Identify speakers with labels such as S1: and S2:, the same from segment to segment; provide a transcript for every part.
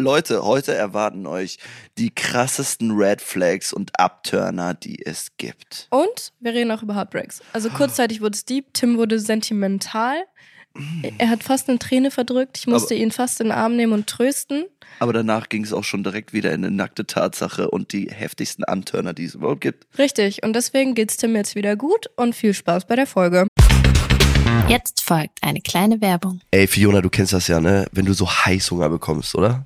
S1: Leute, heute erwarten euch die krassesten Red Flags und Abturner, die es gibt.
S2: Und wir reden auch über Heartbreaks. Also kurzzeitig wurde es deep, Tim wurde sentimental. Er hat fast eine Träne verdrückt. Ich musste ihn fast in den Arm nehmen und trösten.
S1: Aber danach ging es auch schon direkt wieder in eine nackte Tatsache und die heftigsten Antörner, die es überhaupt gibt.
S2: Richtig, und deswegen geht's Tim jetzt wieder gut und viel Spaß bei der Folge.
S3: Jetzt folgt eine kleine Werbung.
S1: Ey, Fiona, du kennst das ja, ne? Wenn du so Heißhunger bekommst, oder?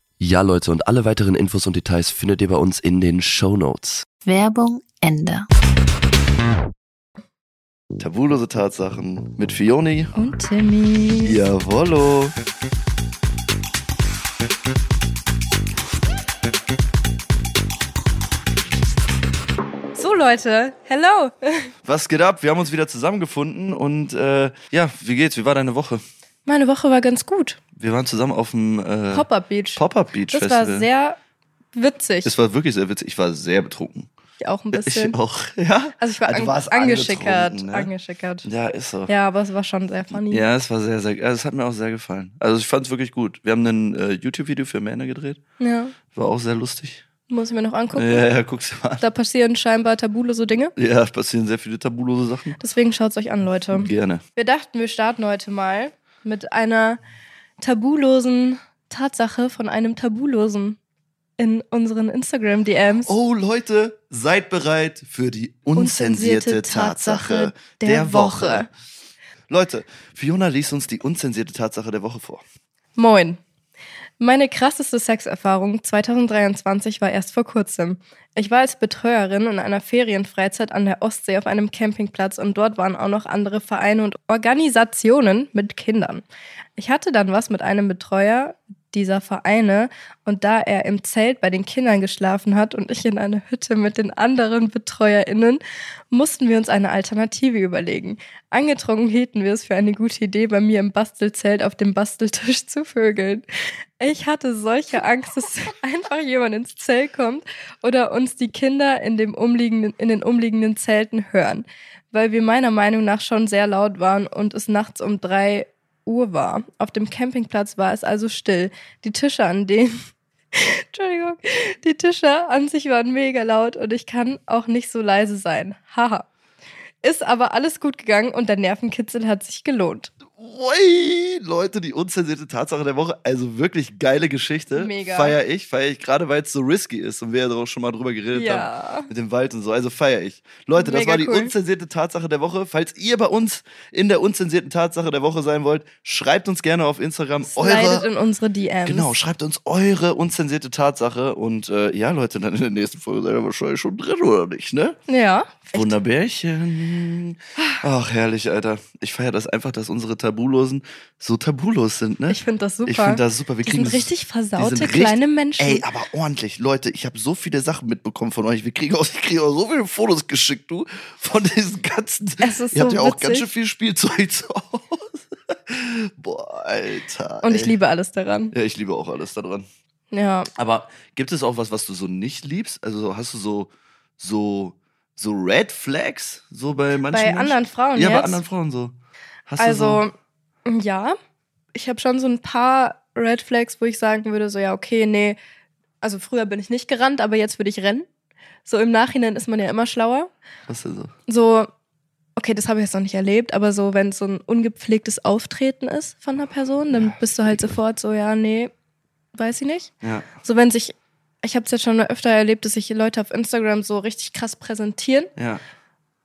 S1: Ja, Leute, und alle weiteren Infos und Details findet ihr bei uns in den Show Notes.
S3: Werbung Ende.
S1: Tabulose Tatsachen mit Fioni.
S2: Und Timmy.
S1: Jawollo.
S2: So Leute, hello.
S1: Was geht ab? Wir haben uns wieder zusammengefunden und äh, ja, wie geht's? Wie war deine Woche?
S2: Meine Woche war ganz gut.
S1: Wir waren zusammen auf dem äh,
S2: Pop-up Beach.
S1: Pop-Up Beach
S2: das
S1: Festival.
S2: war sehr witzig.
S1: es war wirklich sehr witzig. Ich war sehr betrunken.
S2: Ich auch ein bisschen.
S1: Ich auch, ja.
S2: Also ich war
S1: Du
S2: ang
S1: warst
S2: angeschickert,
S1: angetrunken, ne?
S2: angeschickert.
S1: Ja, ist so.
S2: Ja, aber es war schon sehr funny.
S1: Ja, es war sehr, sehr, also es hat mir auch sehr gefallen. Also ich fand es wirklich gut. Wir haben ein äh, YouTube-Video für Männer gedreht.
S2: Ja.
S1: War auch sehr lustig.
S2: Muss ich mir noch angucken.
S1: Ja, ja, guck's dir mal an.
S2: Da passieren scheinbar tabule so Dinge.
S1: Ja, es passieren sehr viele tabulose Sachen.
S2: Deswegen schaut's euch an, Leute.
S1: Gerne.
S2: Wir dachten, wir starten heute mal mit einer tabulosen Tatsache von einem Tabulosen in unseren Instagram-DMs.
S1: Oh Leute, seid bereit für die unzensierte, Tatsache der, Woche. Leute, Fiona liest uns die unzensierte Tatsache der Woche vor.
S2: Moin. Meine krasseste Sexerfahrung 2023 war erst vor kurzem. Ich war als Betreuerin in einer Ferienfreizeit an der Ostsee auf einem Campingplatz und dort waren auch noch andere Vereine und Organisationen mit Kindern. Ich hatte dann was mit einem Betreuer dieser Vereine und da er im Zelt bei den Kindern geschlafen hat und ich in einer Hütte mit den anderen BetreuerInnen, mussten wir uns eine Alternative überlegen. Angetrunken hielten wir es für eine gute Idee, bei mir im Bastelzelt auf dem Basteltisch zu vögeln. Ich hatte solche Angst, dass einfach jemand ins Zelt kommt oder uns die Kinder in, dem umliegenden, in den umliegenden Zelten hören, weil wir meiner Meinung nach schon sehr laut waren und es nachts um drei Uhr war. Auf dem Campingplatz war es also still. Die Tische an denen Entschuldigung. Die Tische an sich waren mega laut und ich kann auch nicht so leise sein. Haha. Ist aber alles gut gegangen und der Nervenkitzel hat sich gelohnt.
S1: Ui, Leute, die unzensierte Tatsache der Woche. Also wirklich geile Geschichte.
S2: Mega.
S1: Feier ich, feier ich, gerade weil es so risky ist und wir ja doch schon mal drüber geredet haben.
S2: Ja.
S1: mit dem Wald und so. Also feier ich. Leute, das
S2: Mega
S1: war die
S2: cool.
S1: unzensierte Tatsache der Woche. Falls ihr bei uns in der unzensierten Tatsache der Woche sein wollt, schreibt uns gerne auf Instagram
S2: Slidet
S1: eure.
S2: in unsere DMs.
S1: Genau, schreibt uns eure unzensierte Tatsache. Und äh, ja, Leute, dann in der nächsten Folge seid ihr wahrscheinlich schon drin, oder nicht, ne?
S2: Ja,
S1: Wunderbärchen. Ach, herrlich, Alter. Ich feiere das einfach, dass unsere Tabulosen so tabulos sind, ne?
S2: Ich finde das super.
S1: Ich finde das super. Wir
S2: die
S1: kriegen
S2: sind
S1: das-
S2: richtig versaute
S1: sind richtig-
S2: kleine Menschen.
S1: Ey, aber ordentlich, Leute, ich habe so viele Sachen mitbekommen von euch. Wir kriegen auch, ich kriege auch so viele Fotos geschickt, du, von diesen ganzen.
S2: Es ist
S1: ihr habt
S2: so
S1: ja auch
S2: witzig.
S1: ganz schön viel Spielzeug zu Hause. Boah, Alter.
S2: Und ich
S1: ey.
S2: liebe alles daran.
S1: Ja, ich liebe auch alles daran.
S2: Ja.
S1: Aber gibt es auch was, was du so nicht liebst? Also hast du so, so, so Red Flags? So bei manchen
S2: Bei
S1: Menschen?
S2: anderen Frauen
S1: Ja,
S2: jetzt.
S1: bei anderen Frauen so. Hast du so,
S2: also, ja. Ich habe schon so ein paar Red Flags, wo ich sagen würde, so, ja, okay, nee. Also früher bin ich nicht gerannt, aber jetzt würde ich rennen. So im Nachhinein ist man ja immer schlauer.
S1: was denn so?
S2: so, okay, das habe ich jetzt noch nicht erlebt, aber so, wenn es so ein ungepflegtes Auftreten ist von einer Person, dann
S1: Ja.
S2: bist du halt sofort so, ja, nee, weiß ich nicht.
S1: Ja.
S2: So, wenn sich, ich habe es jetzt schon öfter erlebt, dass sich Leute auf Instagram so richtig krass präsentieren
S1: Ja.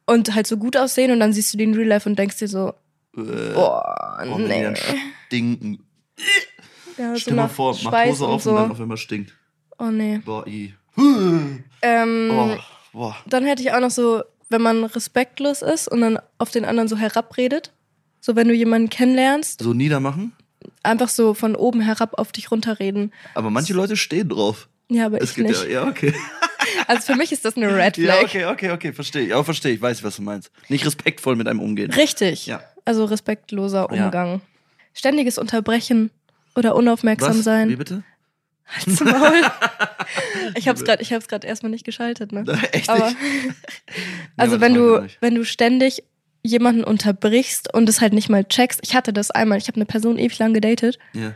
S2: und halt so gut aussehen und dann siehst du die in Real Life und denkst dir so,
S1: Äh,
S2: boah,
S1: oh, wenn die
S2: nee.
S1: dann stinken.
S2: Ja, so
S1: Stell mal
S2: nach
S1: vor, mach
S2: Schweiß
S1: Hose
S2: und
S1: auf und,
S2: so.
S1: dann auf einmal stinkt.
S2: Oh, nee.
S1: Boah, i.
S2: Ähm,
S1: Boah, boah.
S2: Dann hätte ich auch noch so, wenn man respektlos ist und dann auf den anderen so herabredet. So, wenn du jemanden kennenlernst,
S1: So niedermachen.
S2: einfach so von oben herab auf dich runterreden.
S1: Aber manche Leute stehen drauf.
S2: Ja, aber
S1: es
S2: ich
S1: gibt
S2: nicht.
S1: ja, ja, okay.
S2: Also für mich ist das eine Red
S1: Ja,
S2: Flag.
S1: okay, okay, okay, verstehe ich. Ja, verstehe ich, weiß, was du meinst. Nicht respektvoll mit einem umgehen.
S2: Richtig.
S1: Ja.
S2: Also respektloser
S1: Ja.
S2: Umgang. Ständiges Unterbrechen oder unaufmerksam
S1: was? Wie
S2: sein.
S1: bitte?
S2: Halt's Maul. ich hab's gerade, ich hab's gerade erstmal nicht geschaltet, ne?
S1: Echt
S2: Aber
S1: nicht? Nee,
S2: also
S1: aber das
S2: wenn
S1: mag ich auch
S2: du
S1: nicht.
S2: wenn du ständig jemanden unterbrichst und es halt nicht mal checkst. Ich hatte das einmal, ich habe eine Person ewig lang gedatet
S1: Ja.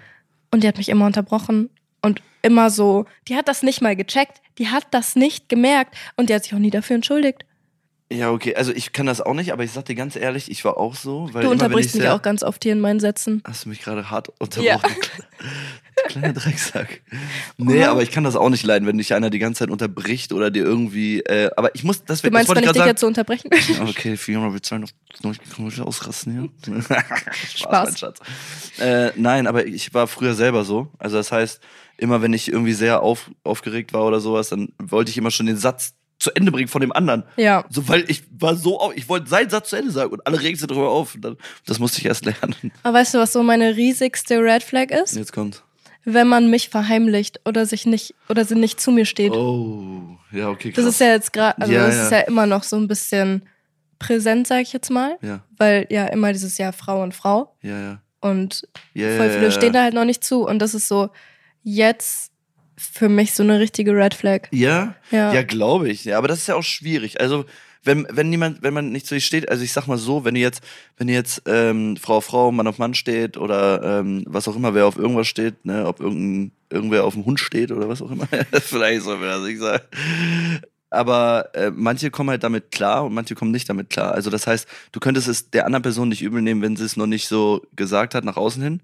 S2: und die hat mich immer unterbrochen und immer so, die hat das nicht mal gecheckt, die hat das nicht gemerkt und die hat sich auch nie dafür entschuldigt.
S1: ja, okay, also ich kann das auch nicht, aber ich sag dir ganz ehrlich, ich war auch so. Weil
S2: du
S1: immer, wenn
S2: unterbrichst
S1: ich
S2: mich
S1: sehr-
S2: auch ganz oft hier in meinen Sätzen.
S1: Hast du mich gerade hart unterbrochen?
S2: Ja.
S1: Du Kleiner Drecksack. Nee, aber ich kann das auch nicht leiden, wenn dich einer die ganze Zeit unterbricht oder dir irgendwie. Äh, aber ich muss, das
S2: Du meinst,
S1: das
S2: wenn ich
S1: wollte
S2: dich
S1: gerade
S2: jetzt so unterbrechen will?
S1: sagen. Okay, Fiona, wir zahlen doch noch komisch ausrasten hier.
S2: Spaß.
S1: Spaß, mein Schatz. Äh, nein, aber ich war früher selber so. Also das heißt, immer wenn ich irgendwie sehr auf, aufgeregt war oder sowas, dann wollte ich immer schon den Satz zu Ende bringen von dem anderen.
S2: Ja.
S1: So, weil ich war so auf, ich wollte seinen Satz zu Ende sagen und alle regen sich darüber auf. Und dann, das musste ich erst lernen.
S2: Aber weißt du, was so meine riesigste Red Flag ist?
S1: Jetzt kommt.
S2: Wenn man mich verheimlicht oder sich nicht oder sie nicht zu mir steht.
S1: Oh, ja, okay, krass.
S2: das ist ja jetzt gerade, also
S1: Ja,
S2: das
S1: ja.
S2: ist ja immer noch so ein bisschen präsent, sag ich jetzt mal.
S1: Ja,
S2: Weil ja immer dieses Jahr Frau und Frau
S1: ja, ja.
S2: und
S1: ja
S2: voll
S1: ja,
S2: viele
S1: ja,
S2: stehen da halt noch nicht zu. Und das ist so jetzt für mich so eine richtige Red Flag.
S1: Ja,
S2: Ja.
S1: ja, glaube ich. Ja, aber das ist ja auch schwierig. Also, wenn, wenn niemand, wenn man nicht zu sich steht, also ich sag mal so, wenn ihr jetzt, wenn ihr jetzt ähm, Frau auf Frau, Mann auf Mann steht oder ähm, was auch immer, wer auf irgendwas steht, ne, ob irgendein, irgendwer auf dem Hund steht oder was auch immer, vielleicht soll man das nicht sagen. Aber äh, manche kommen halt damit klar und manche kommen nicht damit klar. Also das heißt, du könntest es der anderen Person nicht übel nehmen, wenn sie es noch nicht so gesagt hat nach außen hin.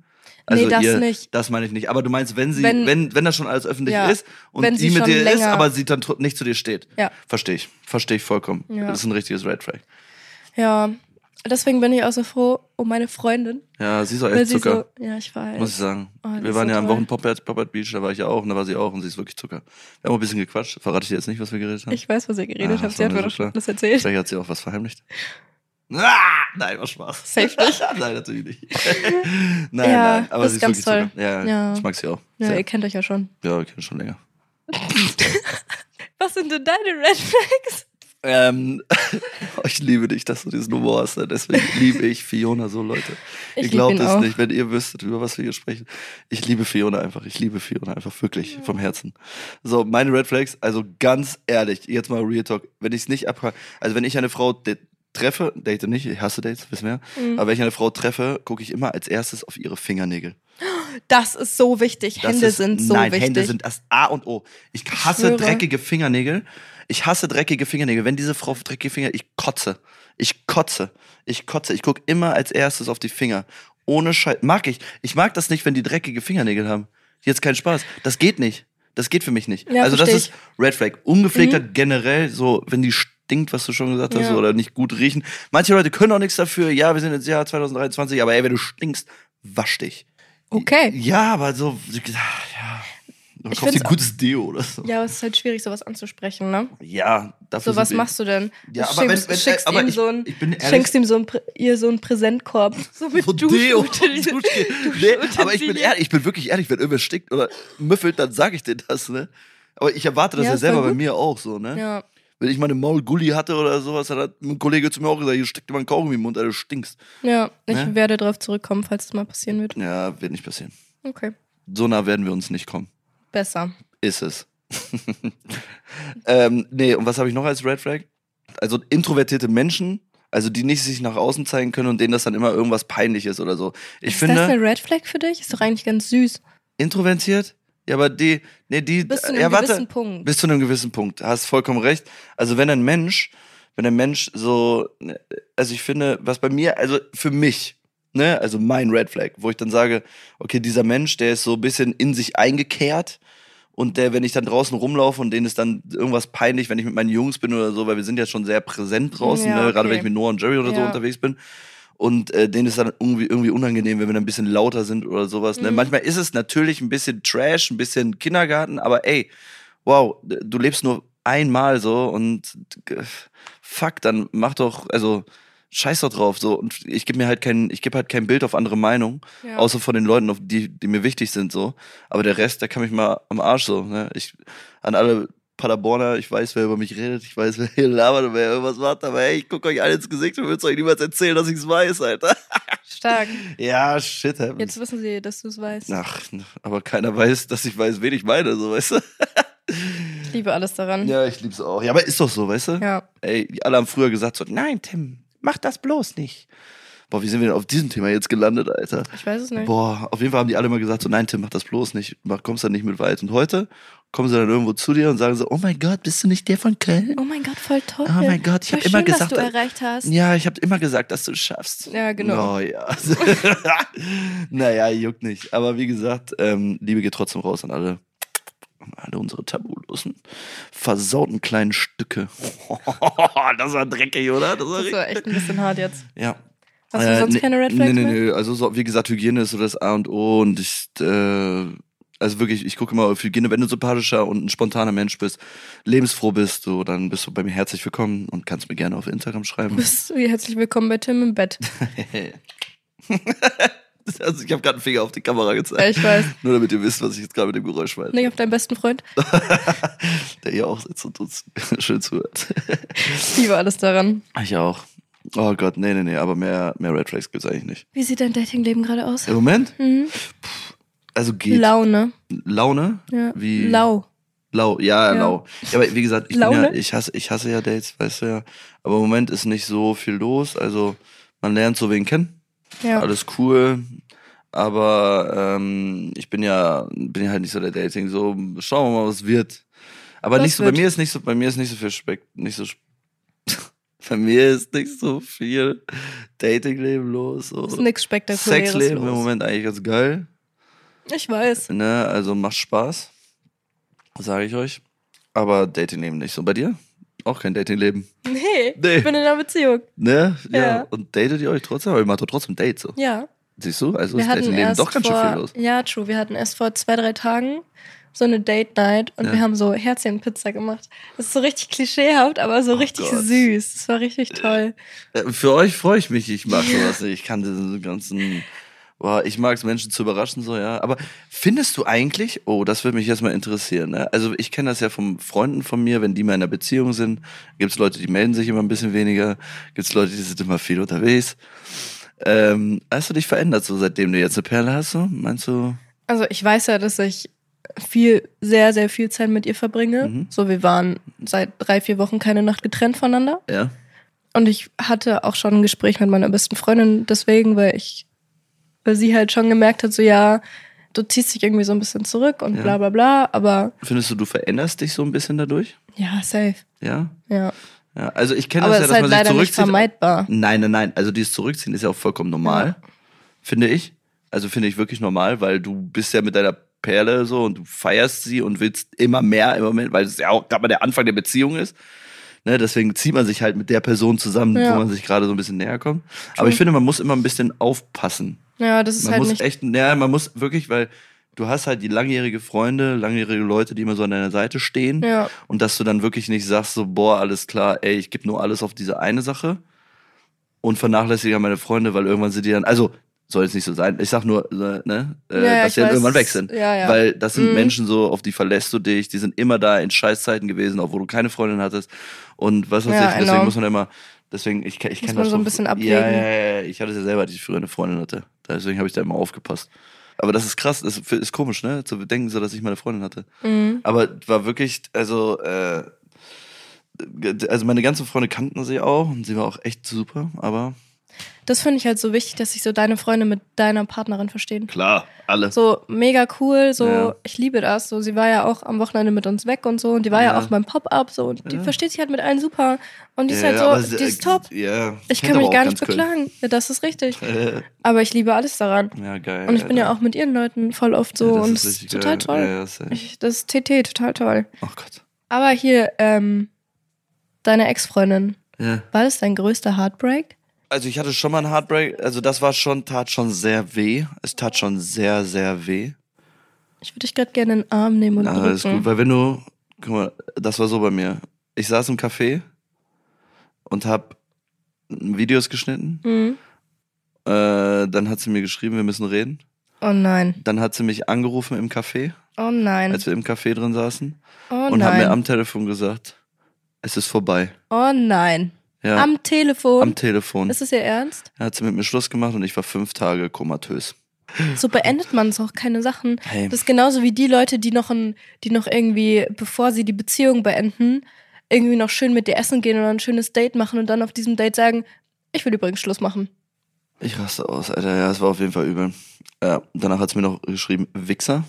S1: Also
S2: nee, das
S1: ihr,
S2: nicht.
S1: das meine ich nicht. Aber du meinst, wenn sie,
S2: Wenn-
S1: wenn, wenn, das schon alles öffentlich
S2: Ja.
S1: ist und
S2: Wenn
S1: sie
S2: sie
S1: mit
S2: schon
S1: dir ist,
S2: länger-
S1: aber sie dann tr- nicht zu dir steht.
S2: Ja.
S1: Verstehe ich. Verstehe ich vollkommen.
S2: Ja.
S1: Das ist ein richtiges Red Flag.
S2: Ja. Deswegen bin ich auch so froh um meine Freundin.
S1: Ja, sie ist auch
S2: Weil
S1: echt
S2: sie so,
S1: Äh, Zucker.
S2: ja, ich weiß.
S1: muss ich sagen.
S2: Oh, das
S1: wir
S2: ist
S1: waren
S2: so
S1: ja am
S2: toll.
S1: Wochenende Poppert Beach, da war ich ja auch und da war sie auch und sie ist wirklich Zucker. Wir haben auch ein bisschen gequatscht. Verrate ich dir jetzt nicht, was wir geredet haben?
S2: Ich weiß, was ihr geredet
S1: Ah,
S2: habt.
S1: das
S2: Sie
S1: war
S2: hat
S1: mir
S2: mir
S1: so
S2: doch schon
S1: klar.
S2: das erzählt.
S1: Vielleicht hat sie auch was verheimlicht. Ah, nein, war Spaß.
S2: Safe nicht.
S1: nein, natürlich nicht. nein,
S2: Ja,
S1: nein, aber
S2: das
S1: sie
S2: ist
S1: ist
S2: ganz
S1: wirklich
S2: toll.
S1: Zucker. Ja,
S2: Ja.
S1: ich mag sie auch.
S2: Ja,
S1: Sehr.
S2: ihr kennt euch ja schon.
S1: ja, wir kennen schon länger.
S2: Was sind denn deine Red Flags?
S1: Ähm, ich liebe dich, dass du diesen Humor hast. ne? Deswegen liebe ich Fiona so, Leute.
S2: Ich
S1: ihr
S2: lieb
S1: glaubt
S2: ihn
S1: es
S2: auch.
S1: nicht, wenn ihr wüsstet, über was wir hier sprechen. Ich liebe Fiona einfach. Ich liebe Fiona einfach wirklich vom Herzen. So, meine Red Flags, also ganz ehrlich, jetzt mal Real Talk. Wenn ich es nicht abhake, also wenn ich eine Frau de- treffe, date nicht, ich hasse Dates, wissen wir. ja.
S2: Mhm.
S1: Aber wenn ich eine Frau treffe, gucke ich immer als erstes auf ihre Fingernägel.
S2: Das ist so wichtig.
S1: Das
S2: Hände
S1: ist-
S2: sind so
S1: nein,
S2: wichtig.
S1: Hände sind das A und O. Ich hasse
S2: schwöre.
S1: dreckige Fingernägel. Ich hasse dreckige Fingernägel. Wenn diese Frau dreckige Finger, ich kotze. Ich kotze. Ich kotze. Ich gucke immer als erstes auf die Finger. Ohne Scheiß. Mag ich. Ich mag das nicht, wenn die dreckige Fingernägel haben. Jetzt kein Spaß. Das geht nicht. Das geht für mich nicht.
S2: Ja,
S1: also das
S2: versteh Mhm.
S1: ist Red Flag. Ungepflegter generell, so wenn die stinkt, was du schon gesagt hast,
S2: Ja.
S1: so, oder nicht gut riechen. Manche Leute können auch nichts dafür. Ja, wir sind jetzt Jahr 2023, aber ey, wenn du stinkst, wasch dich.
S2: okay.
S1: Ja, aber so, ja.
S2: Ich
S1: kauf dir
S2: find's
S1: gutes Deo oder so.
S2: Ja, aber es ist halt schwierig, sowas anzusprechen, ne?
S1: Ja, dafür
S2: So, was
S1: sind wir-
S2: machst du denn?
S1: Ja,
S2: Du
S1: aber wenn,
S2: schickst-
S1: wenn,
S2: schickst
S1: aber
S2: ihm
S1: ich,
S2: so ein,
S1: ich bin ehrlich,
S2: schenkst ihm so ein, Prä- ihr so einen Präsentkorb. So mit
S1: so Deo.
S2: Duschutensilien.
S1: Duschgel. nee, aber ich bin ehrlich, ich bin wirklich ehrlich, wenn irgendwer stinkt oder müffelt, dann sage ich dir das, ne? Aber ich erwarte das ja,
S2: Ja, voll
S1: selber bei
S2: gut.
S1: mir auch so, ne?
S2: Ja,
S1: Wenn ich meine Maulgulli hatte oder sowas, dann hat ein Kollege zu mir auch gesagt, hier steckt dir mal ein Kaugummi im Mund, Alter, du stinkst.
S2: ja. Ich
S1: Ne?
S2: werde darauf zurückkommen, falls es mal passieren wird.
S1: Ja, wird nicht passieren.
S2: Okay,
S1: So nah werden wir uns nicht kommen.
S2: besser.
S1: Ist es. ähm, nee, und was habe ich noch als Red Flag? Also introvertierte Menschen, also die nicht sich nach außen zeigen können und denen das dann immer irgendwas peinlich ist oder so. Ich
S2: ist das
S1: finde,
S2: eine Red Flag für dich? Ist doch eigentlich ganz süß.
S1: introvertiert, ja, aber die, nee, die,
S2: Bis zu einem
S1: Äh, ja, warte,
S2: gewissen Punkt.
S1: bis zu einem gewissen Punkt. Hast vollkommen recht. Also wenn ein Mensch, wenn ein Mensch so, also ich finde, was bei mir, also für mich, ne, also mein Red Flag, wo ich dann sage, okay, dieser Mensch, der ist so ein bisschen in sich eingekehrt und der, wenn ich dann draußen rumlaufe und denen ist dann irgendwas peinlich, wenn ich mit meinen Jungs bin oder so, weil wir sind ja schon sehr präsent draußen,
S2: Ja,
S1: ne, gerade
S2: okay.
S1: wenn ich mit Noah und Jerry oder so
S2: Ja.
S1: unterwegs bin. Und äh, denen ist dann irgendwie, irgendwie unangenehm, wenn wir dann ein bisschen lauter sind oder sowas. Ne?
S2: Mhm.
S1: Manchmal ist es natürlich ein bisschen Trash, ein bisschen Kindergarten, aber ey, wow, d- du lebst nur einmal so und g- fuck, dann mach doch, also scheiß doch drauf so und ich gebe mir halt kein, ich gebe halt kein Bild auf andere Meinungen,
S2: Ja.
S1: außer von den Leuten, auf die, die mir wichtig sind so. Aber der Rest, der kann mich mal am Arsch so. Ne? Ich an alle Paderborner, ich weiß, wer über mich redet, ich weiß, wer hier labert und wer irgendwas macht, aber hey, ich guck euch alle ins Gesicht und will's euch niemals erzählen, dass ich's weiß, Alter.
S2: Stark.
S1: Ja, shit happens.
S2: Jetzt wissen sie, dass du es weißt.
S1: Ach, aber keiner weiß, dass ich weiß, wen ich meine, so, weißt du?
S2: Ich liebe alles daran.
S1: Ja, ich lieb's auch. Ja, aber ist doch so, weißt du?
S2: Mhm. Ja.
S1: Ey, die alle haben früher gesagt so, nein, Tim, mach das bloß nicht. Boah, wie sind wir denn auf diesem Thema jetzt gelandet, Alter?
S2: ich weiß es nicht.
S1: Boah, auf jeden Fall haben die alle mal gesagt so, nein, Tim, mach das bloß nicht, mach, kommst da nicht mit weit. Und heute kommen sie dann irgendwo zu dir und sagen so, oh mein Gott, bist du nicht der von Köln?
S2: Oh mein Gott, voll toll.
S1: Oh mein Gott, ich
S2: Voll
S1: hab immer
S2: schön,
S1: gesagt,
S2: was du
S1: äh,
S2: erreicht hast.
S1: Ja, ich habe immer gesagt, dass du es schaffst.
S2: Ja, genau.
S1: Oh ja. naja, juckt nicht. Aber wie gesagt, ähm, Liebe geht trotzdem raus an alle, an alle unsere tabulosen, versauten kleinen Stücke. das war dreckig, oder? Das war
S2: Das
S1: richtig.
S2: war echt ein bisschen hart jetzt.
S1: Ja.
S2: Hast du sonst
S1: Äh, nee,
S2: keine Red Flags
S1: Nee, nee,
S2: mehr?
S1: nee. Also, so, wie gesagt, Hygiene ist so das A und O und ich, äh, also wirklich, ich gucke immer auf Hygiene. Wenn du sympathischer und ein spontaner Mensch bist, lebensfroh bist, so, dann bist du bei mir herzlich willkommen und kannst mir gerne auf Instagram schreiben.
S2: Bist du herzlich willkommen bei Tim im Bett.
S1: also, ich habe gerade einen Finger auf die Kamera gezeigt.
S2: Ja, ich weiß.
S1: Nur damit ihr wisst, was ich jetzt gerade mit dem Geräusch meine.
S2: Nicht auf deinen besten Freund.
S1: Der hier auch sitzt und uns schön zuhört.
S2: Ich liebe alles daran.
S1: Ich auch. Oh Gott, nee, nee, nee, aber mehr, mehr Red Flags gibt's eigentlich nicht.
S2: Wie sieht dein Datingleben gerade aus?
S1: Im Moment?
S2: Mhm.
S1: Also geht.
S2: Laune.
S1: Laune?
S2: Ja.
S1: Wie?
S2: Lau.
S1: Lau, ja,
S2: Ja.
S1: lau. Ja, aber wie gesagt, ich, bin ja,
S2: Laune?
S1: ich, hasse, ich hasse ja Dates, weißt du ja. Aber im Moment ist nicht so viel los. Also man lernt so wen kennen,
S2: Ja.
S1: alles cool. Aber ähm, ich bin ja, bin ja halt nicht so der Dating. So schauen wir mal, was wird. Aber
S2: Was
S1: nicht so,
S2: wird?
S1: bei mir ist nicht so, bei mir ist nicht so viel Speck, nicht so. sp- bei mir ist nicht so viel Datingleben los. So.
S2: Ist nichts Spektakuläres.
S1: Sexleben
S2: los.
S1: im Moment eigentlich ganz geil.
S2: Ich weiß.
S1: Ne, also macht Spaß, sage ich euch. Aber Datingleben nicht so. Bei dir? Auch kein Datingleben.
S2: Nee,
S1: Nee.
S2: Ich bin in einer Beziehung.
S1: Ne? Ja.
S2: Ja.
S1: Und datet ihr euch trotzdem? Aber ihr macht doch trotzdem Dates. So.
S2: Ja.
S1: Siehst du? Also
S2: wir
S1: ist
S2: hatten
S1: Datingleben
S2: erst
S1: doch ganz
S2: vor,
S1: schön viel los.
S2: Ja, true. Wir hatten erst vor zwei, drei Tagen so eine Date Night und
S1: Ja.
S2: wir haben so Herzchenpizza gemacht. Das ist so richtig klischeehaft, aber so
S1: Oh
S2: richtig
S1: Gott.
S2: süß. Das war richtig toll.
S1: Äh, Für euch freue ich mich. Ich mag sowas nicht. Ich kann diesen ganzen. Boah, ich mag es, Menschen zu überraschen, so, ja. Aber findest du eigentlich, oh, das würde mich jetzt mal interessieren, ne? Also, ich kenne das ja von Freunden von mir, wenn die mal in einer Beziehung sind, gibt es Leute, die melden sich immer ein bisschen weniger, gibt es Leute, die sind immer viel unterwegs. Ähm, hast du dich verändert, so seitdem du jetzt eine Perle hast, so? Meinst du?
S2: Also ich weiß ja, dass ich viel, sehr, sehr viel Zeit mit ihr verbringe.
S1: Mhm.
S2: So, wir waren seit drei, vier Wochen keine Nacht getrennt voneinander.
S1: Ja.
S2: Und ich hatte auch schon ein Gespräch mit meiner besten Freundin deswegen, weil ich, weil sie halt schon gemerkt hat, so ja, du ziehst dich irgendwie so ein bisschen zurück und
S1: Ja.
S2: bla bla bla, aber
S1: Findest du, du veränderst dich so ein bisschen dadurch?
S2: ja, safe.
S1: Ja.
S2: Ja.
S1: Ja. Also, ich kenne
S2: Aber
S1: das
S2: es
S1: ja,
S2: ist
S1: dass man
S2: halt
S1: sich
S2: leider nicht
S1: zurückzieht.
S2: vermeidbar.
S1: Nein, nein, nein. Also dieses Zurückziehen ist ja auch vollkommen normal, finde ich. Also finde ich wirklich normal, weil du bist ja mit deiner Perle so und du feierst sie und willst immer mehr im Moment, weil es ja auch gerade mal der Anfang der Beziehung ist. Ne, deswegen zieht man sich halt mit der Person zusammen,
S2: Ja.
S1: wo man sich gerade so ein bisschen näher kommt. Aber ich finde, man muss immer ein bisschen aufpassen.
S2: Ja, das ist
S1: Man
S2: halt
S1: muss
S2: nicht.
S1: echt, naja, man muss wirklich, weil du hast halt die langjährige Freunde, langjährige Leute, die immer so an deiner Seite stehen
S2: Ja.
S1: und dass du dann wirklich nicht sagst so, boah, alles klar, ey, ich gebe nur alles auf diese eine Sache und vernachlässige meine Freunde, weil irgendwann sind die dann, also soll jetzt nicht so sein, ich sag nur, äh, ne, äh,
S2: ja,
S1: dass
S2: ich
S1: die dann
S2: weiß.
S1: irgendwann weg sind.
S2: Ja, ja.
S1: Weil das sind
S2: Mhm.
S1: Menschen so, auf die verlässt du dich, die sind immer da in Scheißzeiten gewesen, auch wo du keine Freundin hattest und was weiß
S2: Ja,
S1: ich, deswegen
S2: enorm.
S1: muss man immer, deswegen, ich, ke- ich
S2: Muss
S1: kenne
S2: man
S1: das
S2: so ein
S1: noch-
S2: bisschen
S1: Ja,
S2: abwägen.
S1: ja, ja, ja, ich hatte es ja selber, als ich früher eine Freundin hatte, deswegen habe ich da immer aufgepasst. Aber das ist krass, das ist komisch, ne, zu denken so, dass ich meine Freundin hatte.
S2: Mhm.
S1: Aber war wirklich, also, äh, also meine ganzen Freunde kannten sie auch und sie war auch echt super, aber.
S2: Das finde ich halt so wichtig, dass sich so deine Freunde mit deiner Partnerin verstehen.
S1: Klar, alle.
S2: So mega cool, so
S1: Ja.
S2: ich liebe das. So, sie war ja auch am Wochenende mit uns weg und so und die war ja,
S1: Ja.
S2: auch beim Pop-Up so und die
S1: Ja.
S2: versteht sich halt mit allen super. Und die ist
S1: aber
S2: halt so,
S1: sie- äh,
S2: die ist top.
S1: Ja,
S2: Ich
S1: kennt
S2: kann mich
S1: aber
S2: gar
S1: auch
S2: nicht
S1: ganz
S2: beklagen. Ja, das ist richtig.
S1: Köln.
S2: Aber ich liebe alles
S1: Äh,
S2: daran.
S1: ja, geil.
S2: Und ich bin ja
S1: Alter.
S2: auch mit ihren Leuten voll oft so
S1: Ja, das
S2: und
S1: ist
S2: es
S1: richtig
S2: ist total
S1: geil.
S2: toll.
S1: Ja, ja, das ist-
S2: Ich, das ist TT, total toll.
S1: oh Gott.
S2: Aber hier, ähm, deine Ex-Freundin,
S1: Ja.
S2: war das dein größter Heartbreak?
S1: Also ich hatte schon mal einen Heartbreak, also das war schon, tat schon sehr weh. Es tat schon sehr, sehr weh.
S2: Ich würde dich gerade gerne in den Arm nehmen und
S1: Na,
S2: drücken.
S1: alles gut, weil wenn du, guck mal, das war so bei mir. Ich saß im Café und hab Videos geschnitten.
S2: Mhm.
S1: Äh, dann hat sie mir geschrieben, wir müssen reden.
S2: Oh nein,
S1: Dann hat sie mich angerufen im Café,
S2: oh nein,
S1: als wir im Café drin saßen.
S2: oh
S1: Also, und hat mir
S2: nein,
S1: am Telefon gesagt, es ist vorbei.
S2: oh nein.
S1: Ja,
S2: Am Telefon?
S1: am Telefon.
S2: ist es ihr ernst?
S1: Dann hat sie mit mir Schluss gemacht und ich war fünf Tage komatös.
S2: So beendet man so auch keine Sachen.
S1: Hey,
S2: Das ist genauso wie die Leute, die noch, ein, die noch irgendwie, bevor sie die Beziehung beenden, irgendwie noch schön mit dir essen gehen oder ein schönes Date machen und dann auf diesem Date sagen, ich will übrigens Schluss machen.
S1: ich raste aus, Alter. Ja, es war auf jeden Fall übel. Ja, danach hat sie mir noch geschrieben, Wichser.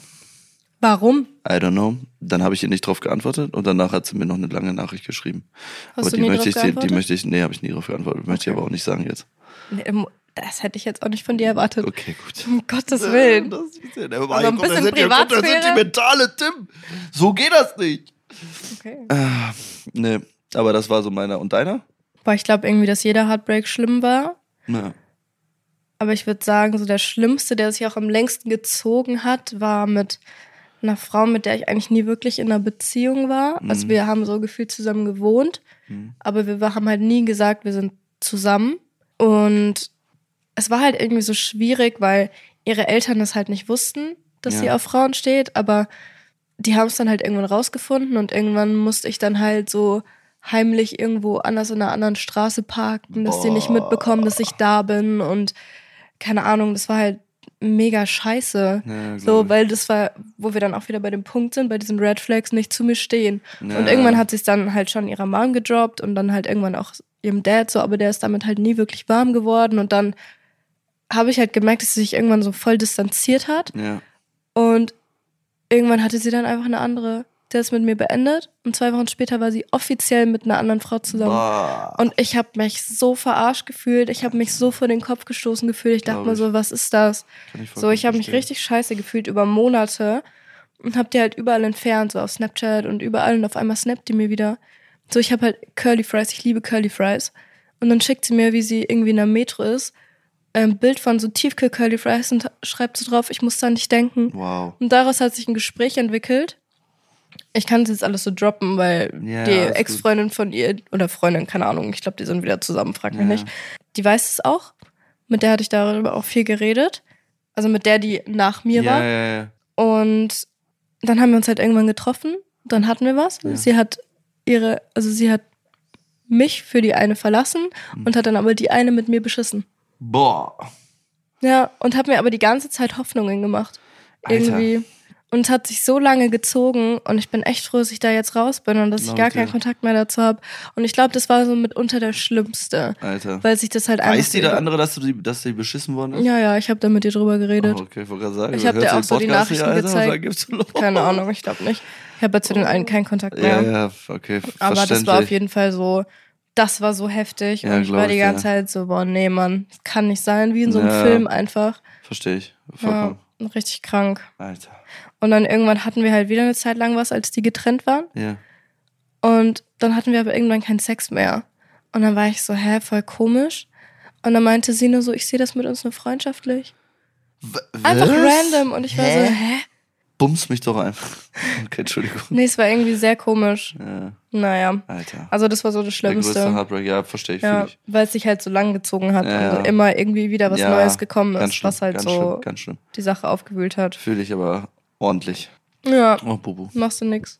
S2: Warum?
S1: I don't know. Dann habe ich ihr nicht drauf geantwortet und danach hat sie mir noch eine lange Nachricht geschrieben.
S2: Hast
S1: aber
S2: du
S1: die
S2: nie
S1: möchte
S2: drauf
S1: ich, die, die
S2: geantwortet?
S1: möchte ich, nee, habe ich nie drauf geantwortet. Möchte ich aber auch nicht sagen jetzt.
S2: Nee, mo- Ähm, Das hätte ich jetzt auch nicht von dir erwartet.
S1: Okay, gut.
S2: Um Gottes Willen.
S1: Das ist ja, aber
S2: ein
S1: guck, da
S2: bisschen
S1: sind wir- guck, da sind
S2: Privatsphäre.
S1: die mentale Tim. So geht das nicht.
S2: Okay.
S1: Ah, nee, aber das war so meiner. Und deiner?
S2: Weil ich glaube irgendwie, dass jeder Heartbreak schlimm war.
S1: Ja.
S2: Aber ich würde sagen, so der Schlimmste, der sich auch am längsten gezogen hat, war mit einer Frau, mit der ich eigentlich nie wirklich in einer Beziehung war.
S1: Mhm.
S2: Also wir haben so gefühlt zusammen gewohnt,
S1: Mhm.
S2: aber wir war- haben halt nie gesagt, wir sind zusammen. Und es war halt irgendwie so schwierig, weil ihre Eltern das halt nicht wussten, dass
S1: Ja.
S2: sie auf Frauen steht, aber die haben es dann halt irgendwann rausgefunden und irgendwann musste ich dann halt so heimlich irgendwo anders in einer anderen Straße parken, dass die nicht
S1: Boah.
S2: mitbekommen, dass ich da bin und keine Ahnung, das war halt mega scheiße.
S1: Ja,
S2: So,
S1: glaub
S2: weil das war, wo wir dann auch wieder bei dem Punkt sind, bei diesen Red Flags nicht zu mir stehen.
S1: ich.
S2: Und
S1: Ja.
S2: irgendwann hat sie es dann halt schon ihrer Mom gedroppt und dann halt irgendwann auch ihrem Dad so, aber der ist damit halt nie wirklich warm geworden. Und dann habe ich halt gemerkt, dass sie sich irgendwann so voll distanziert hat.
S1: Ja.
S2: Und irgendwann hatte sie dann einfach eine andere. Der ist mit mir beendet und zwei Wochen später war sie offiziell mit einer anderen Frau zusammen.
S1: Bah.
S2: Und ich habe mich so verarscht gefühlt. Ich habe mich so vor den Kopf gestoßen gefühlt. Ich dachte
S1: Glaub
S2: mir
S1: ich.
S2: so, was ist das?
S1: Kann ich
S2: So,
S1: vollkommen
S2: ich habe mich
S1: verstehen.
S2: richtig scheiße gefühlt über Monate und habe die halt überall entfernt, so auf Snapchat und überall und auf einmal snappt die mir wieder. So, ich habe halt Curly Fries, ich liebe Curly Fries. Und dann schickt sie mir, wie sie irgendwie in der Metro ist, ein Bild von so Tiefkühl Curly Fries und schreibt so drauf, ich muss da nicht denken.
S1: Wow.
S2: Und daraus hat sich ein Gespräch entwickelt. Ich kann es jetzt alles so droppen, weil
S1: Ja,
S2: die
S1: alles gut.
S2: Ex-Freundin von ihr oder Freundin, keine Ahnung, ich glaube, die sind wieder zusammen, frag mich
S1: Ja.
S2: nicht. Die weiß es auch. Mit der hatte ich darüber auch viel geredet. Also mit der, die nach mir
S1: ja,
S2: war.
S1: ja, ja.
S2: Und dann haben wir uns halt irgendwann getroffen. Dann hatten wir was.
S1: Ja.
S2: Sie hat ihre, also sie hat mich für die eine verlassen
S1: Mhm.
S2: und hat dann aber die eine mit mir beschissen.
S1: Boah.
S2: Ja, und habe mir aber die ganze Zeit Hoffnungen gemacht.
S1: Alter.
S2: Irgendwie. Und es hat sich so lange gezogen und ich bin echt froh, dass ich da jetzt raus bin und dass ich
S1: Glaub
S2: gar
S1: ich dir.
S2: keinen Kontakt mehr dazu habe. Und ich glaube, das war so mitunter der Schlimmste,
S1: Alter.
S2: weil sich das halt einfach.
S1: Weiß die
S2: so
S1: der
S2: über-
S1: andere, dass du die, dass die beschissen worden ist?
S2: Ja, ja, ich habe da mit dir drüber geredet.
S1: Hm? Oh, okay, ich wollte gerade sagen.
S2: Ich hab
S1: hört
S2: dir
S1: sie
S2: auch
S1: den
S2: so die
S1: Podcast hier,
S2: Nachrichten
S1: Alter, und
S2: gezeigt.
S1: dann gibst du los.
S2: Keine Ahnung, ich glaube nicht. Ich habe zu den einen keinen Kontakt
S1: Ja,
S2: mehr.
S1: ja, okay,
S2: aber das
S1: verständlich.
S2: war auf jeden Fall so. Das war so heftig
S1: Ja,
S2: und ich
S1: glaub
S2: war die
S1: ich,
S2: ganze
S1: ja.
S2: Zeit so, boah, nee, Mann, das kann nicht sein, wie in so einem
S1: Ja.
S2: Film einfach.
S1: Verstehe ich.
S2: Ja,
S1: Vollkommen.
S2: richtig krank.
S1: Alter.
S2: Und dann irgendwann hatten wir halt wieder eine Zeit lang was, als die getrennt waren.
S1: Ja.
S2: Und dann hatten wir aber irgendwann keinen Sex mehr. Und dann war ich so, hä, voll komisch. Und dann meinte sie nur so, ich sehe das mit uns nur freundschaftlich. Einfach random. Und ich war so, hä?
S1: bums mich doch einfach. Okay, Entschuldigung.
S2: Nee, es war irgendwie sehr komisch.
S1: Ja,
S2: Naja.
S1: Alter.
S2: Also das war so das
S1: Der größte
S2: Schlimmste.
S1: Heartbreak, ja, verstehe ich,
S2: Ja,
S1: fühl ich.
S2: weil es sich halt so lang gezogen hat
S1: Ja, ja.
S2: und immer irgendwie wieder was
S1: Ja,
S2: Neues gekommen
S1: Ganz
S2: ist,
S1: schlimm,
S2: was halt
S1: ganz
S2: so
S1: schlimm, ganz schlimm.
S2: die Sache aufgewühlt hat.
S1: Fühle ich aber ordentlich.
S2: Ja,
S1: Oh, Bubu.
S2: machst du nix.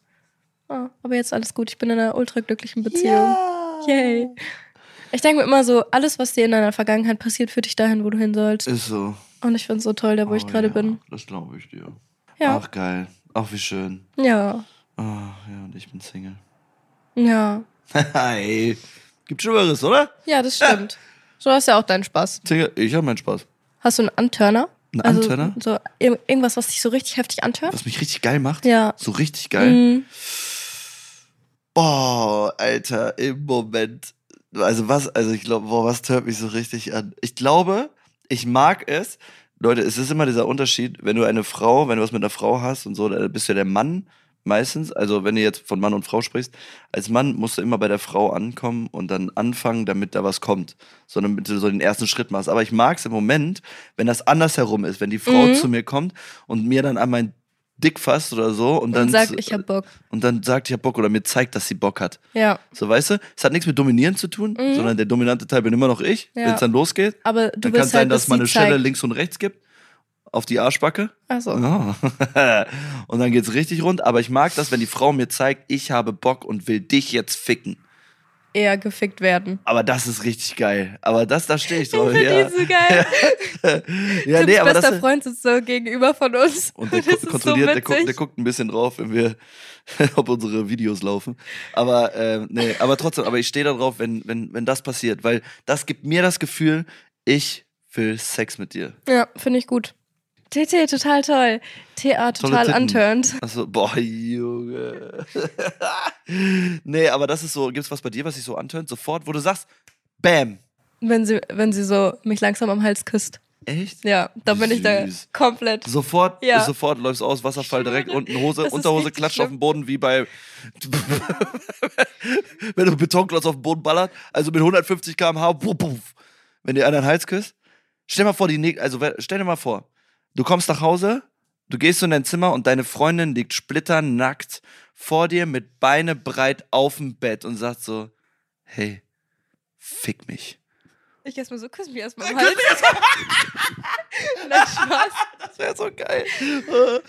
S2: Ah, aber jetzt alles gut. Ich bin in einer ultraglücklichen Beziehung. Yay. Ich denke mir immer so, alles, was dir in deiner Vergangenheit passiert, führt dich dahin, wo du hin sollst.
S1: Ist so.
S2: Und ich find's so toll, da wo ich
S1: Oh,
S2: gerade
S1: ja,
S2: bin.
S1: Das glaube ich dir.
S2: Ja.
S1: Ach, geil. Ach, wie schön.
S2: Ja.
S1: Ach, ja, und ich bin Single.
S2: Ja.
S1: Hi. Gibt Schlimmeres, oder?
S2: Ja, das stimmt. So hast ja auch deinen Spaß.
S1: Single, ich habe meinen Spaß.
S2: Hast du einen Antörner?
S1: Einen Antörner?
S2: So ir- irgendwas, was dich so richtig heftig antört?
S1: Was mich richtig geil macht.
S2: Ja.
S1: So richtig geil.
S2: Mhm.
S1: Boah, Alter, im Moment. Also was, also ich glaube, boah, was hört mich so richtig an? Ich glaube, ich mag es. Leute, es ist immer dieser Unterschied, wenn du eine Frau, wenn du was mit einer Frau hast und so, dann bist du ja der Mann meistens. Also wenn du jetzt von Mann und Frau sprichst, als Mann musst du immer bei der Frau ankommen und dann anfangen, damit da was kommt. Sondern damit du so den ersten Schritt machst. Aber ich mag es im Moment, wenn das andersherum ist, wenn die Frau
S2: Mhm.
S1: zu mir kommt und mir dann an mein Dick fasst oder so und dann
S2: Und sag,
S1: zu-
S2: ich hab Bock.
S1: und dann sagt, ich hab Bock oder mir zeigt, dass sie Bock hat.
S2: Ja.
S1: So, weißt du, es hat nichts mit Dominieren zu tun,
S2: Mhm.
S1: sondern der dominante Teil bin immer noch ich,
S2: Ja.
S1: wenn es dann losgeht.
S2: Aber du
S1: dann kann
S2: bist
S1: es sein,
S2: halt,
S1: dass
S2: bis
S1: man eine
S2: sie
S1: Stelle
S2: zeigt.
S1: links und rechts gibt, auf die Arschbacke.
S2: Ach so.
S1: Oh. und dann geht's richtig rund. Aber ich mag das, wenn die Frau mir zeigt, ich habe Bock und will dich jetzt ficken.
S2: Eher gefickt werden.
S1: Aber das ist richtig geil. Aber das, da stehe ich
S2: Ich
S1: drauf.
S2: find
S1: ja,
S2: die so geil.
S1: ja nee,
S2: Tim's
S1: aber
S2: bester
S1: das.
S2: Freund sitzt so gegenüber von uns.
S1: Und der,
S2: das ist
S1: ko- kontrolliert,
S2: so
S1: der, guckt, der
S2: witzig.
S1: guckt ein bisschen drauf, wenn wir, ob unsere Videos laufen. Aber äh, nee, aber trotzdem, aber ich stehe da drauf, wenn, wenn, wenn das passiert, weil das gibt mir das Gefühl, ich will Sex mit dir.
S2: Ja, finde ich gut. TT, total toll. TA, total
S1: Titten.
S2: unturned.
S1: Also, boah, Junge. nee, aber das ist so, gibt's was bei dir, was sich so antönt? Sofort, wo du sagst, Bam.
S2: Wenn sie, wenn sie so mich langsam am Hals küsst.
S1: Echt?
S2: Ja, dann bin ich da
S1: Süß.
S2: komplett.
S1: Sofort,
S2: Ja.
S1: sofort läufst aus, Wasserfall direkt
S2: schwöre,
S1: unten, Hose,
S2: das ist
S1: Unterhose
S2: richtig
S1: klatscht auf
S2: schlimm.
S1: den Boden wie bei, wenn du einen Betonklotz auf den Boden ballert, also mit 150 km/h, puff, puff. wenn dir einer den Hals küsst. Stell dir mal vor, die, nä- also wer- stell dir mal vor, du kommst nach Hause, du gehst so in dein Zimmer und deine Freundin liegt splitternackt vor dir mit Beine breit auf dem Bett und sagt so, hey, fick mich.
S2: Ich erstmal so, küss mich erstmal am Hals. Nein, Spaß.
S1: Das wäre so geil.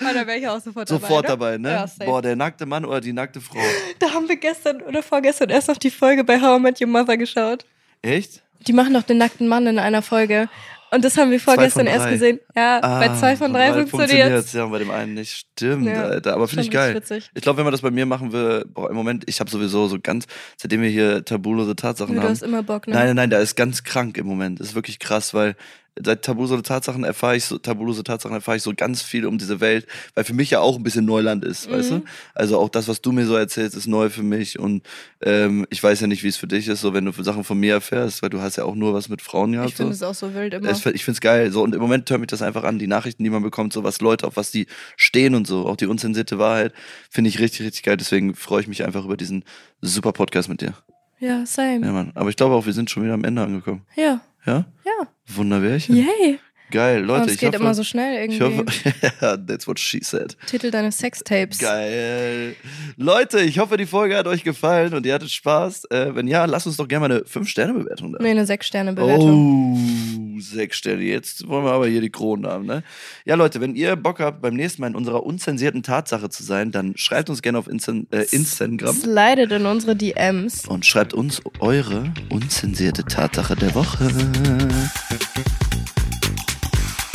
S2: Aber da wäre ich auch sofort,
S1: Sofort
S2: dabei.
S1: dabei, ne?
S2: Ja, safe.
S1: Boah, der nackte Mann oder die nackte Frau.
S2: Ne? Da haben wir gestern oder vorgestern erst noch die Folge bei How I Met Your Mother geschaut.
S1: Echt?
S2: Die machen doch den nackten Mann in einer Folge. Und das haben wir
S1: von
S2: vorgestern
S1: drei. Ah,
S2: erst gesehen. Ja, bei zwei von drei funktioniert
S1: Ja, bei dem einen nicht. Stimmt,
S2: Ja,
S1: Alter. Aber finde ich geil. Ich glaube, wenn man das bei mir machen will, boah, im Moment, ich habe sowieso so ganz, seitdem wir hier tabulose Tatsachen
S2: Du
S1: haben.
S2: hast immer Bock, ne?
S1: Nein, nein, nein, da ist ganz krank im Moment. Das ist wirklich krass, weil seit tabulose Tatsachen erfahre ich so, tabulose Tatsachen erfahre ich so ganz viel um diese Welt, weil für mich ja auch ein bisschen Neuland ist, weißt
S2: Mhm.
S1: du? Also auch das, was du mir so erzählst, ist neu für mich und ähm, ich weiß ja nicht, wie es für dich ist, so wenn du Sachen von mir erfährst, weil du hast ja auch nur was mit Frauen gehabt.
S2: ich finde
S1: so.
S2: es auch so wild immer.
S1: Es, ich find's geil. So, und im Moment hört mich das einfach an. Die Nachrichten, die man bekommt, so was Leute, auf was die stehen und so, auch die unzensierte Wahrheit, finde ich richtig, richtig geil. Deswegen freue ich mich einfach über diesen super Podcast mit dir.
S2: Ja,
S1: Ja,
S2: same.
S1: Mann. Aber ich glaube auch, wir sind schon wieder am Ende angekommen.
S2: Ja,
S1: Ja?
S2: ja.
S1: Wunderwärchen.
S2: Yay.
S1: Geil, Leute.
S2: Und es
S1: ich
S2: geht
S1: hoffe,
S2: immer so schnell
S1: ich
S2: irgendwie.
S1: hoffe, ja, that's what she said.
S2: Titel deines Sextapes.
S1: Geil. Leute, ich hoffe, die Folge hat euch gefallen und ihr hattet Spaß. Äh, wenn ja, lasst uns doch gerne mal eine 5-Sterne-Bewertung da.
S2: Nee, eine Sechs-Sterne-Bewertung.
S1: Oh, sechs Sterne. Jetzt wollen wir aber hier die Kronen haben, ne? Ja, Leute, wenn ihr Bock habt, beim nächsten Mal in unserer unzensierten Tatsache zu sein, dann schreibt uns gerne auf Insta äh, Instagram
S2: Slidet in unsere DMs.
S1: und schreibt uns eure unzensierte Tatsache der Woche.